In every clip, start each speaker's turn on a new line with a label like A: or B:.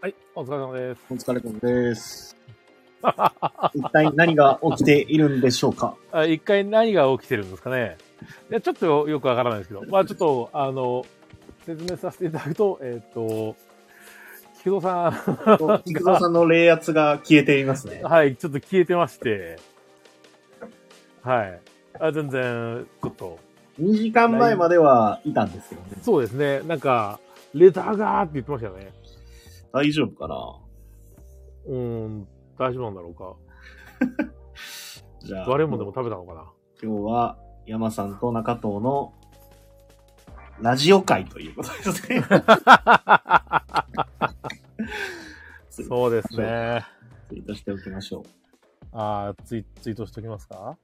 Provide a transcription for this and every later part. A: はい、お疲れ様です。
B: お疲れ様です。 一体何が起きているんでしょう か
A: あ一回何が起きてるんですかね。いや、ちょっとよくわからないですけど、まあちょっと、あの、説明させていただくと、えっ、と、菊蔵さん、
B: 菊蔵さんの霊圧が消えていますね。
A: はい、ちょっと消えてまして、はい。あ全然、ちょっと、
B: 2時間前まではいたんですけどね。
A: そうですね、なんか、レターがーって言ってましたよね。
B: 大丈夫かな
A: うーん、大丈夫なんだろうか。
B: じゃあ、
A: 悪いもんでも食べたのかな。
B: 今日は山さんと中藤のラジオ会ということ ですね。ツ
A: そうですね。
B: イートしておきましょ
A: あーツイ、ツイートしときますか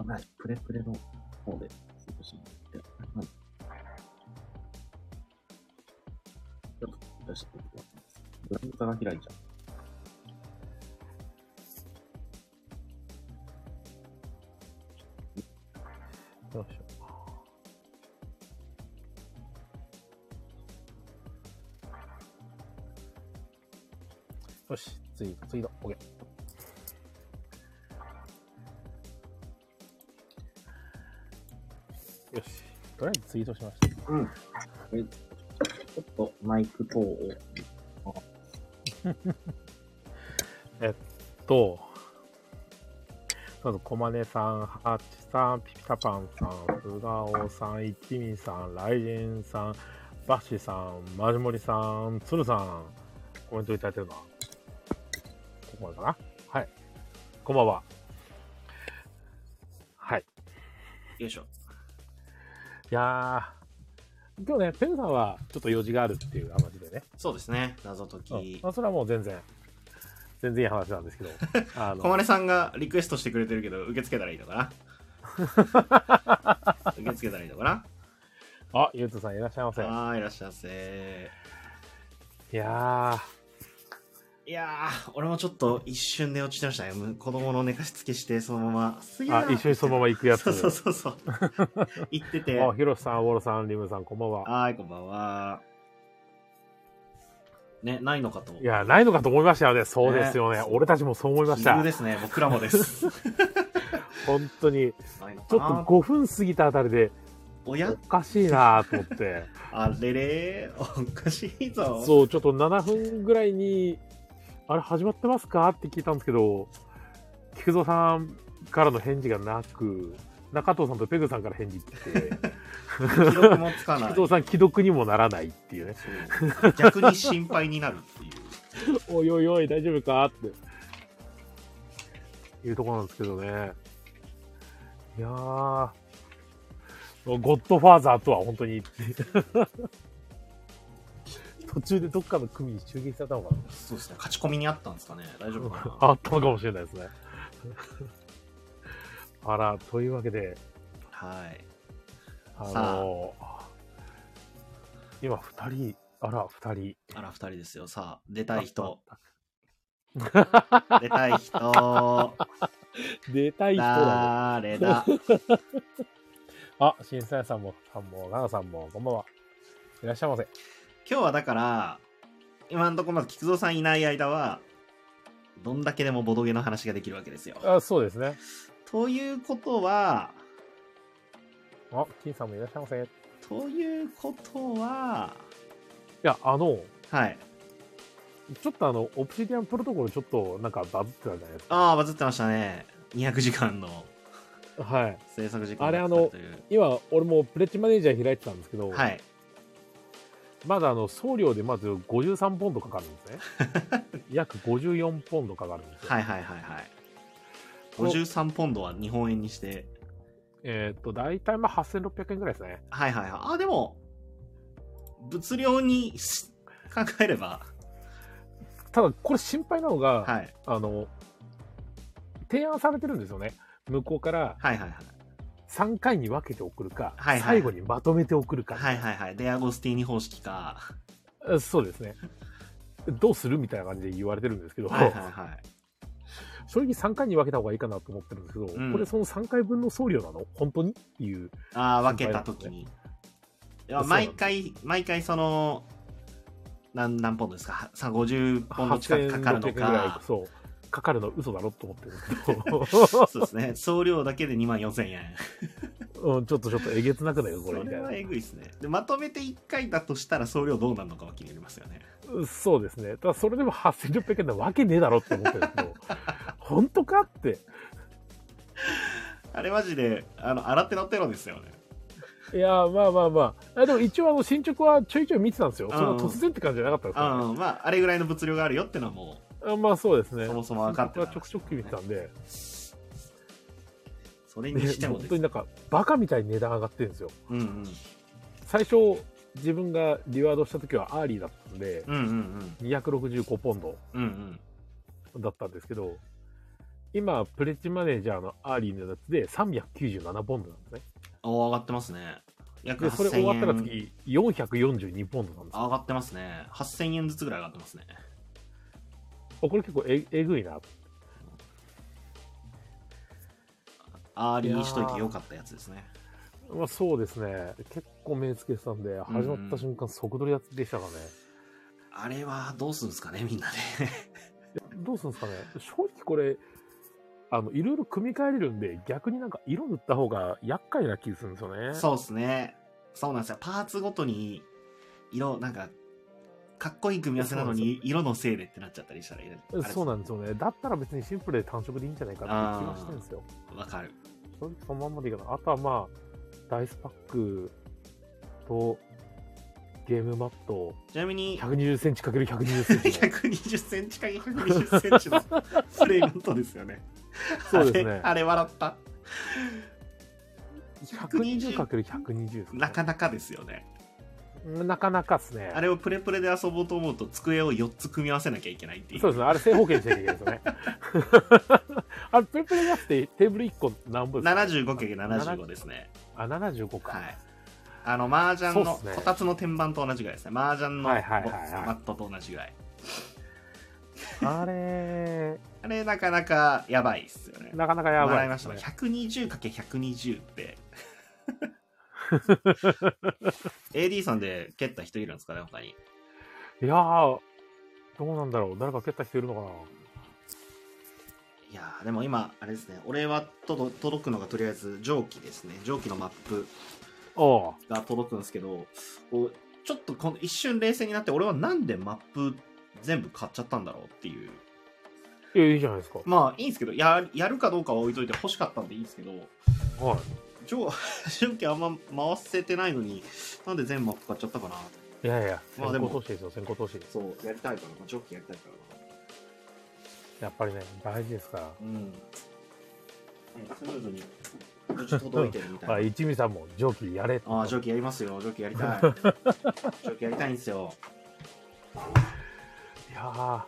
B: う。はい、プレプレの方でツイートしてもらって。はい。ちょっと出しておきます。ブラウザが開いちゃう。
A: よいしょ。よし、ツイート、ツイート、OK。よし、とりあえずツイートしました。
B: うん。はいちょっとマイク等を。
A: と、まず、こまねさん、はっちさん、ピピタパンさん、すがおさん、いちみさん、ライジンさん、バッシーさん、まじもりさん、つるさん、コメントいただいてるな。ここまでかなはい。こんばんは。はい。
B: よいしょ。
A: いやー、今日ね、ペンさんはちょっと用事があるっていう話でね。
B: そうですね。謎解
A: うん
B: き。
A: まあ、それはもう全然、全然いい話なんですけど。あの
B: 小金さんがリクエストしてくれてるけど、受け付けたらいいのか な受け付けたらいいのか
A: あ、ゆうとさんいらっしゃいませ。
B: なはーい、いらっしゃいませ。
A: いや
B: いやー、俺もちょっと一瞬で落ちてましたね。む子供の寝かしつけして、そのまま。すげ
A: ー、
B: ー
A: あ、一緒にそのまま行くやつ。
B: そうそうそう そう。行ってて。
A: あ、ヒロシさん、ウォロさん、リムさん、こんばんは。
B: はーい、こんばんは。ね、ないのかと思っ
A: い
B: た
A: や、ないのかと思いましたよね。そうですよね。
B: ね
A: 俺たちもそう思いまし
B: 奇遇
A: た
B: で。すね、僕らもです。
A: 本当に。
B: ないの
A: ちょ
B: か
A: っと
B: な
A: 5分過ぎたあたりで、
B: お
A: お
B: や
A: かしいなと思 って。
B: あれれおかしいぞ。
A: そう、ちょっと7分ぐらいに、あれ始まってますかって聞いたんですけど、菊蔵さんからの返事がなく、中藤さんとペグさんから返事来 て、
B: 記録もつかない。
A: 菊蔵さん既読にもならないっていうね。
B: そう逆に心配になるっていう。
A: おいおいおい、大丈夫かって。いうところなんですけどね。いやー、ゴッドファーザーとは本当 に。途中でどっかの組に襲撃されたのか
B: そうですね、勝ち込みにあったんですかね。大丈夫
A: な
B: か
A: あったのかもしれないですね。 あら、というわけで、
B: な。はい。
A: あの今二人、あら、二人。
B: あら、二人ですよ。さあ、出たい人。
A: あ。
B: 出たい人。
A: 出たい人だね。
B: 誰だ
A: あ、新ささんも、さんも、長さんも、こんばんは。いらっしゃいませ。
B: 今日はだから、今のところまず菊蔵さんいない間は、どんだけでもボドゲの話ができるわけですよ。
A: あそうですね。
B: ということは、
A: あ、金さんもいらっしゃいませ。い
B: ということは、
A: や、あの、
B: はい。
A: ちょっとあの、オプシディアンプロトコルちょっとなんかバズってたじゃないですか。
B: ああ、バズってましたね。200時間の
A: はい。
B: 制作時間
A: あれ
B: だったという
A: 今、俺もプレッジマネージャー開いてたんですけど、
B: はい。
A: まだあの、送料でまず53ポンドかかるんです ね。約54ポンドかかるんですよ。
B: はいはいはいはい。53ポンドは日本円にして。
A: えーっと、大体まあ8600円ぐらいですね。
B: はいはいはい。あ、でも、物量にし考えれば、
A: ただ、これ心配なのが、
B: はい。
A: あの、提案されてるんですよね。向こうから
B: はいはいはい。
A: 3回に分けて送るか、
B: はいはい
A: 最後にまとめて送るか。
B: はいはいはい。デアゴスティーニ方式か。
A: そうですね。どうするみたいな感じで言われてるんですけど、
B: はいはいはい。
A: 正直3回に分けた方がいいかなと思ってるんですけど、
B: うん
A: これその3回分の送料なの本当にっていう。
B: ああ、分けた時に。い
A: そうな
B: や
A: んだ
B: 毎回、毎回その、何、何ポンドですかさ、50ポンド近くかかるの
A: 8600ぐらい
B: か。
A: そうかかるの嘘だろと思ってるけど
B: そうですね。送料だけで2万4000円。
A: うん、ちょっとちょっとえげつなくないかこれ
B: そ
A: みた
B: れ
A: い
B: はえ
A: な
B: ぐいですね。で、まとめて1回だとしたら送料どうなるのかは気になりますよね。
A: そうですねただそれでも8600円なわけねえだろって思ってるけ ど本当かって
B: あれマジで、あの、洗ってのテロですよね。
A: いやーまあまあまああでも一応あの進捗はちょいちょい見てたんですよ
B: ん
A: それは突然って感じじゃなかったですからね
B: うん、まあ、あれぐらいの物量があるよってのはも
A: あまあそうです
B: う、
A: ね
B: そもそも分かって
A: 僕は
B: た
A: ちょくちょく見てたんで
B: それにして
A: で
B: もで
A: 本
B: す
A: 当になんかバカみたいに値段上がってるんですよ
B: うんうん。
A: 最初自分がリワードした時はアーリーだったんで
B: うんうんうん。
A: 265ポンド
B: うんうん。
A: だったんですけど今プレッジマネージャーのアーリーのやつで397ポンドなんですね
B: お上がってますね。約
A: でそれ
B: 8000
A: 終
B: 円。
A: わったら次442ポンドなんですよ
B: 上がってますね。8000円ずつぐらい上がってますね。
A: これ結構ええぐいな
B: アーリーにしといてよかったやつですね。
A: まあそうですね結構目つけてたんで始まった瞬間即取りでしたからね、
B: あれはどうするんですかね、みんなで。
A: どうするんですかね正直これあのいろいろ組み替えれるんで逆になんか色塗った方が厄介な気がするんですよね
B: そうですね。そうなんですよ。パーツごとに、色、なんか、かっこいい組み合わせなのに、色のせいでってなっちゃったりしたらいい。
A: そうなん
B: で
A: ですよね。だったら別にシンプルで単色でいいんじゃないかなっていう気がしてるんですよ。
B: す。わかる。
A: 正直そのまんまでいいかな。あとはまあ、ダイスパックとゲームマット、
B: ちなみに、
A: 120センチ ×120 セン チの。
B: 120センチか120センチのフレームとですよね。
A: そうですね
B: あれ、あれ笑った。120
A: 120×120 ですね
B: なかなかですよね。
A: なかなかっすね。
B: あれをプレプレで遊ぼうと思うと、机を4つ組み合わせなきゃいけないっていう。
A: そうですね。あれ正方形にしなきゃいけないです よね。あれ、プレプレじゃなくてテーブル1個何分ですか
B: 75×75 ですね。
A: あ、75か。
B: はい。あの、麻雀
A: そう
B: の
A: っす、ね
B: こたつの天板と同じぐらいですね。麻雀の
A: は
B: マ
A: いはいはいはい
B: ットと同じぐらい。
A: あれ、
B: あれ、なかなかやばいっすよね。
A: なかなかやば
B: 笑
A: い
B: い
A: で
B: ますした
A: ね、
B: ね。120×120 って。AD さんで蹴った人いるんですかね、他に。
A: いやー、どうなんだろう。誰か蹴った人いるのかない
B: やーでも今、あれですね、俺はとど届くのがとりあえず蒸気ですね。蒸気のマップ
A: あ
B: が届くんですけど、こうちょっとこの一瞬冷静になって、俺はなんでマップ全部買っちゃったんだろうっていう。
A: あ、いやいいじゃないですか。
B: まあいいんですけど、ややるかどうかは置いといて欲しかったんでいいんですけど、
A: はい。
B: 蒸蒸気あんま回せてないのに、なんで全部マップ買っちゃったかなと。
A: いやいや、先
B: まあでも
A: 行投資ですよ、先行投資。
B: そう、やりたいからな、蒸気やりたいからな。
A: やっぱりね、大事ですから。
B: うん。スムーズに無事届いてるみたい
A: まあ、
B: な。
A: 一味さんも蒸気やれって。
B: ああ、蒸気やりますよ。蒸気やり たい。蒸気やりたいんです よ。
A: いやー、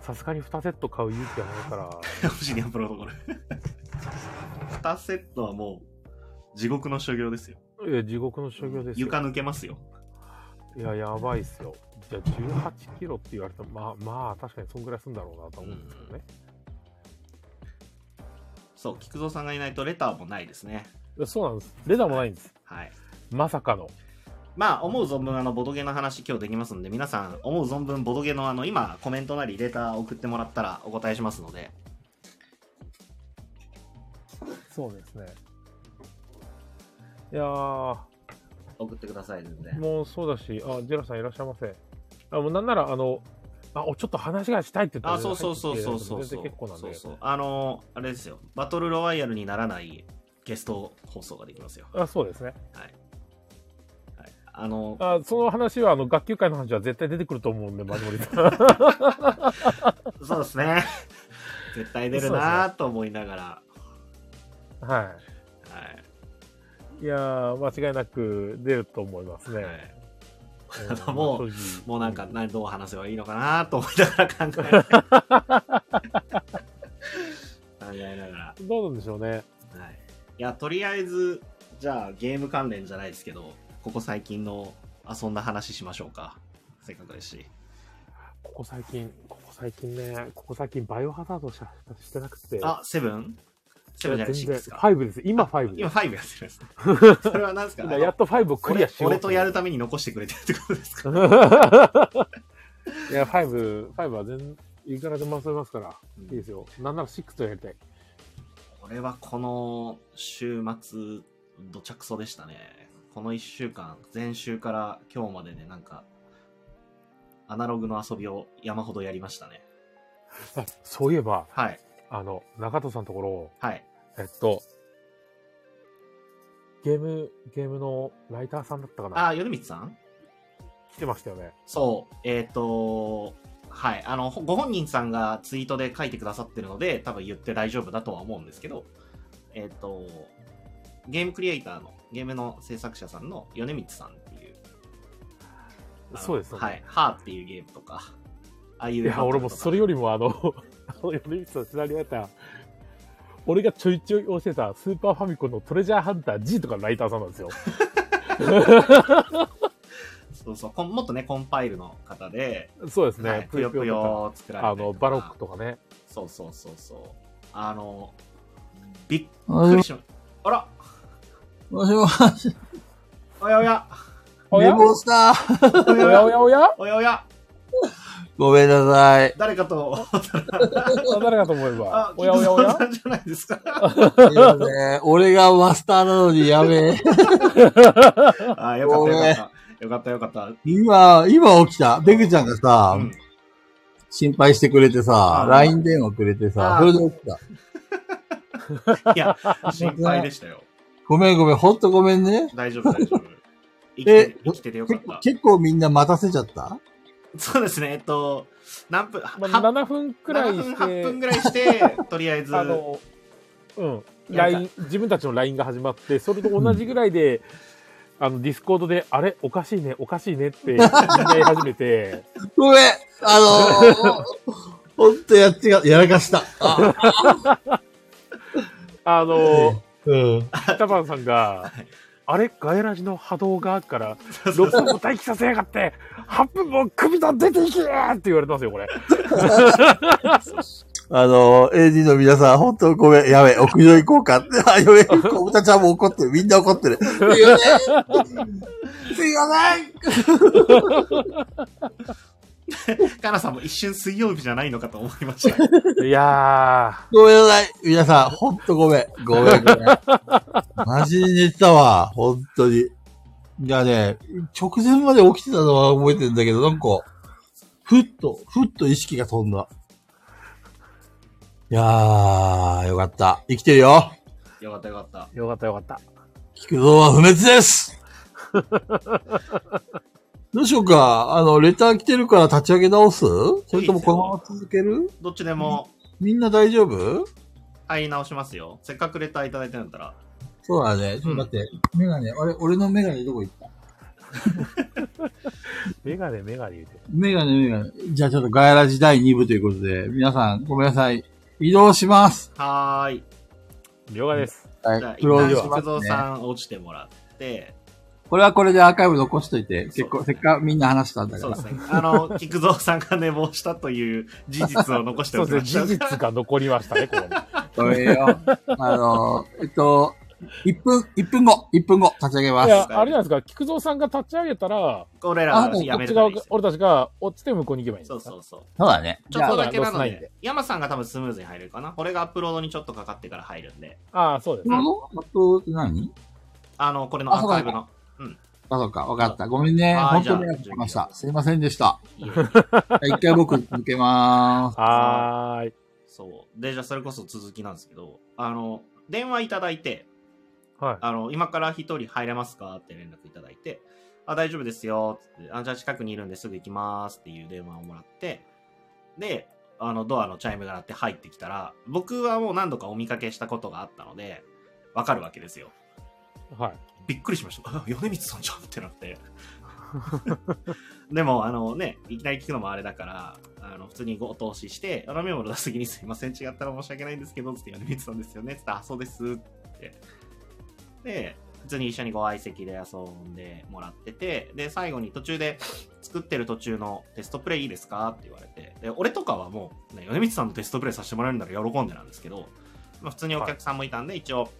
A: さすがに2セット買う勇気はないから。
B: 不思議なプロトコル。2セットはもう、地獄の所業ですよ。
A: いや、地獄の所業ですよ。
B: 床抜けますよ。
A: いや、やばいっすよ。じゃあ、18キロって言われても、まあ、まあ、確かにそんぐらいすんだろうなと思うんですけどね。
B: そう、菊蔵さんがいないとレターもないですね。
A: いやそうなんです。レダーもないんです。
B: はい。
A: まさかの。
B: まあ、思う存分、あの、ボドゲの話今日できますんで、皆さん、思う存分、ボドゲのあの、今、コメントなり、レター送ってもらったらお答えしますので、
A: そうですね。いやー、
B: 送ってください、全然。
A: もうそうだし、あ、ジェラさんいらっしゃいませ。あ、もうなんなら、あの、あ、おちょっと話がしたいって言ったら
B: あ、そうそうそうそうそう
A: 全
B: そう。
A: 然結構なんで。
B: そうそうあのーあれですよ。バトルロワイヤルにならないゲスト放送ができますよ。
A: あ、そうですね。
B: はい、あのー
A: あその話はあの学級会の話は絶対出てくると思うんでマジモリさん
B: そうですね。絶対出るなーと思いながら。
A: は
B: はい
A: いやー間違いなく出ると思いますね、
B: はい
A: うん
B: もう
A: 正直
B: もうなんか、何どう話せばいいのかなーと思いながら考えて考えながら。
A: どうなんでしょうね
B: はい、いやとりあえずじゃあゲーム関連じゃないですけどここ最近の遊んだ話しましょうかせっかくですし
A: ここ最近ここ最近ねここ最近バイオハザードしかしてなくて
B: あセブンセブンじゃない、シックスか。
A: 5です。今5で
B: 今
A: す。
B: 5やっ てるんです。それは何ですか
A: 今やっと5をクリアしよう
B: 俺俺とやるために残してくれてるってことですか
A: いや、5、5は全然、いくらでも遊べますから、いいですよ。なんなら6とやりたい。
B: 俺はこの週末、どちゃくそでしたね。この1週間、前週から今日までで、なんか、アナログの遊びを山ほどやりましたね。
A: あそういえば、
B: はい、
A: あの、中戸さんのところ、
B: はい。
A: えっと、ゲーム、ゲームのライターさんだったかな
B: あ、米光さん
A: 来てましたよね。
B: そう、えっ、と、はい、あの、ほご本人さんがツイートで書いてくださってるので、多分言って大丈夫だとは思うんですけど、えっ、と、ゲームクリエイターの、ゲームの制作者さんの米光さんっていう。あの
A: そうですよね
B: はい、はーっていうゲームとか、ああいう
A: いや、俺もそれよ
B: り、
A: りもあの、 あの、米光さんシナリオやった、俺がちょいちょい教えたスーパーファミコンのトレジャーハンター G とかのライターさんなんですよ。
B: そうそう、こんもっとね、コンパイルの方で、
A: そうですね。
B: はい、ぷよぷよを作られて
A: あの、バロックとかね。
B: そうそうそうそう。あの、びっくりしまあら、
C: もしもし、
B: おや おや、
A: お
C: 寝
A: や
C: 坊した。
B: お
A: おやお
B: や
A: やおや
B: おやおや、
C: ごめんなさい。
B: 誰かと、
A: 誰かと思え
B: あ
A: ば。、おやおやお
B: 菊蔵
A: や
B: さんじゃないですか。
C: すいま せん俺がマスターなのにやべえ。
B: あ、よかったよかった。よかったよかった。
C: 今、今起きた。ペグちゃんがさ、
B: うん
C: 心配してくれてさ
B: あ、
C: LINE 電話くれてさ
B: あ、
C: それで起きた。
B: い や、心配でしたよ。
C: ごめんごめん、ほんとごめんね。
B: 大丈夫大 丈夫。生き
C: え
B: て生きててよかっ
C: 結構
B: た。
C: 結構みんな待たせちゃった
B: そうですね、えっと、何分、
A: まあ、
B: は
A: 7分くらい
B: 7分、
A: し
B: 8分
A: て、
B: ぐらいして、とりあえ ず、
A: あの、うん、
B: やるか
A: LINE 自分たちの LINE が始まって、それと同じぐらいで、あの、ディスコードで、あれおかしいね、おかしいねって言い始めて、
C: ごめんあ のー、ほんとやっちが、やらかした。あ
A: あの、
C: うん。
A: 北番さんが、あれガエラジの波動がから、
B: そうそう
A: 6
B: そ
A: 分
B: う
A: も待機させやがって、8分も首だ出ていけって言われてますよ、こ れ。
C: あのー、AD の皆さん、ほんとごめん。やべえ、屋上行こうかって。あ、やべえ、小豚ちゃんも怒ってる。みんな怒ってる。すいません。すいません。
B: カナさんも一瞬水曜日じゃないのかと思いま した。
A: いや
C: ごめんなさい。皆さん、ほんとごめん。ごめん、ごめん。マジに寝てたわ。ほんとに。いやね、直前まで起きてたのは覚えてんだけど、なんか、ふっと、ふっと意識が飛んだ。いやー、よかった。生きてるよ。
B: よかったよかった。
A: ー、よかったよかった。
C: 菊蔵は不滅 です。どうしようか。あの、レター来てるから立ち上げ直すそれともこのまま続ける
B: どっちでも、
C: みんな大丈夫
B: 会い直しますよ。せっかくレターいただいてるんだったら。
C: そうだね。ちょっと待って。メガネ、あれ、俺のメガネどこ行った
A: メガネメガネ言うて。
C: メガネ、メガネ。じゃあちょっとガヤラジ第2部ということで、皆さんごめんなさい。移動します。
B: はーい。
A: 了解です。
C: は
B: じゃあ、一
C: クロー
B: 旦
C: ズ
A: ジ
C: し
B: 菊
C: ます、
B: 蔵
C: ね。
B: さん落ちてもらって、
C: これはこれでアーカイブ残しといて、結
B: そ
C: 構、
B: う
C: せっかくみんな話したんだか
B: そう
C: ら
B: で。すね。あの、菊蔵さんが寝坊したという事実を残して
A: そ
B: お
A: う
B: き
A: で
B: ますした。
A: ね、事実が残りましたね、こ こに。
C: ごめんよ。あの、えっと、1分、一分後、1分後立ち上げま
A: い
C: す。
A: や、あれじゃないですか、菊蔵さんが立ち上げたら、
B: 俺らはや
A: こっ
B: め
A: ち
B: るから
A: 側
B: いいで
A: が
B: す、よ。
A: 俺たちが落ちて向こうに行けばいいんです
B: そ
A: か
B: うそうそう。
C: そうだね。
B: ち
C: じ
B: ょっ
C: ゃ
B: と
C: あ、
B: だけなの
A: ロスないん
B: で
A: で、
B: 山さんが多分スムーズに入るかな。俺がアップロードにちょっとかかってから入るんで、
A: ああ、そうです
C: こ
A: ね。
C: のあと何
B: あの、これのアーカイブの。
C: あ、そうか、わかった。ごめんね。
B: はい
C: 本当に迷惑かけました。すいませんでした。
B: いいよ
C: はい一回僕続けまーす。
A: はーい。
B: そう。で、じゃあそれこそ続きなんですけど、あの、電話いただいて、
A: はい。
B: あの、今から一人入れますかって連絡いただいて、あ、大丈夫ですよ、つって、あ、じゃあ近くにいるんですぐ行きますっていう電話をもらって、で、あの、ドアのチャイムが鳴って入ってきたら、僕はもう何度かお見かけしたことがあったので、わかるわけですよ。
A: はい。
B: びっくりしました。あ、米光さんじゃんってなって。 でも、あのね、いきなり聞くのもあれだから、あの、普通にご投資して、あ飲み物出すぎにすいません、違ったら申し訳ないんですけど、つって米光さんですよね、つって、あ、そうです、って。で、普通に一緒にご相席で遊んでもらってて、で、最後に途中で、作ってる途中のテストプレイいいですかって言われて、で、俺とかはもう、ね、米光さんのテストプレイさせてもらえるなら喜んでなんですけど、まあ、普通にお客さんもいたんで、一応、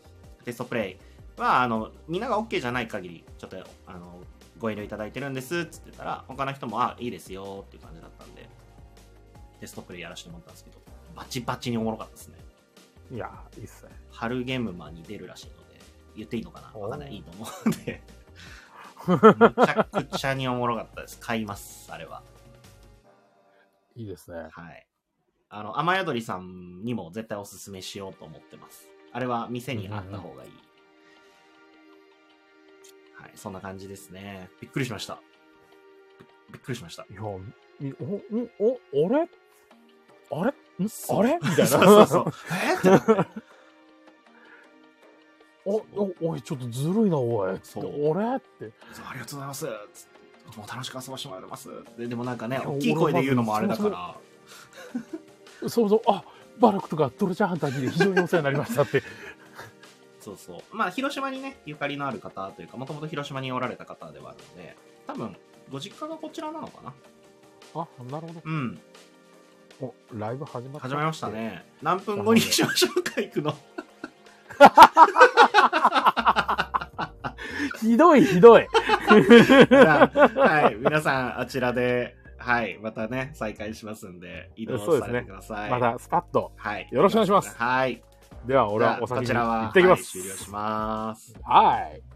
B: テストプレイは、あの、みんなが OK じゃない限り、ちょっと、あの、ご遠慮いただいてるんです、つってたら、他の人も、あ、いいですよ、っていう感じだったんで、テストプレイやらせてもらったんですけど、バチバチにおもろかったですね。
A: いや、いいっすね。
B: 春ゲームマンに出るらしいので、言っていいのかな
A: おー
B: わかんない。いいと思うんで。 めちゃくちゃにおもろかったです。買います、あれは。
A: いいですね。
B: はい。あの、雨宿りさんにも絶対おすすめしようと思ってます。あれは店にあった方がいい。はい、そんな感じですね。びっくりしました。びっくりしました。
A: いや、みお、お、お、あれあれんあれみたいな。
B: そうそうそう。えーってなって
A: お、お、おい、ちょっとずるいな、おい。
B: そう
A: 俺って。
B: そうありがとうございます。つってもう楽しく遊ばしてもらってます。ででもなんかね、大きい声で言うのもあれだから。
A: そもそも、あ、バラクとかトルチャーハンターに非常にお世話になりました って。
B: そうそう。まあ、広島にね、ゆかりのある方というか、もともと広島におられた方ではあるので、多分、ご実家がこちらなのかな
A: あ、なるほ
B: うん。
A: ど。お、ライブ始まった。
B: 始めました。ね。 何分後にしましょうか、行 くの。
A: ひどい、ひどい。
B: はい。皆さん、あちらで、はい。またね、再開しますんで、移動
A: そうで
B: さ
A: すね
B: れてください。
A: また、スパッと。
B: はい。
A: よろしくお願いします
B: はい。
A: では、俺
B: じゃ
A: は
B: あ
A: お先
B: こ
A: に
B: ちらは、
A: 行ってきます。
B: はい終了します。
A: はい。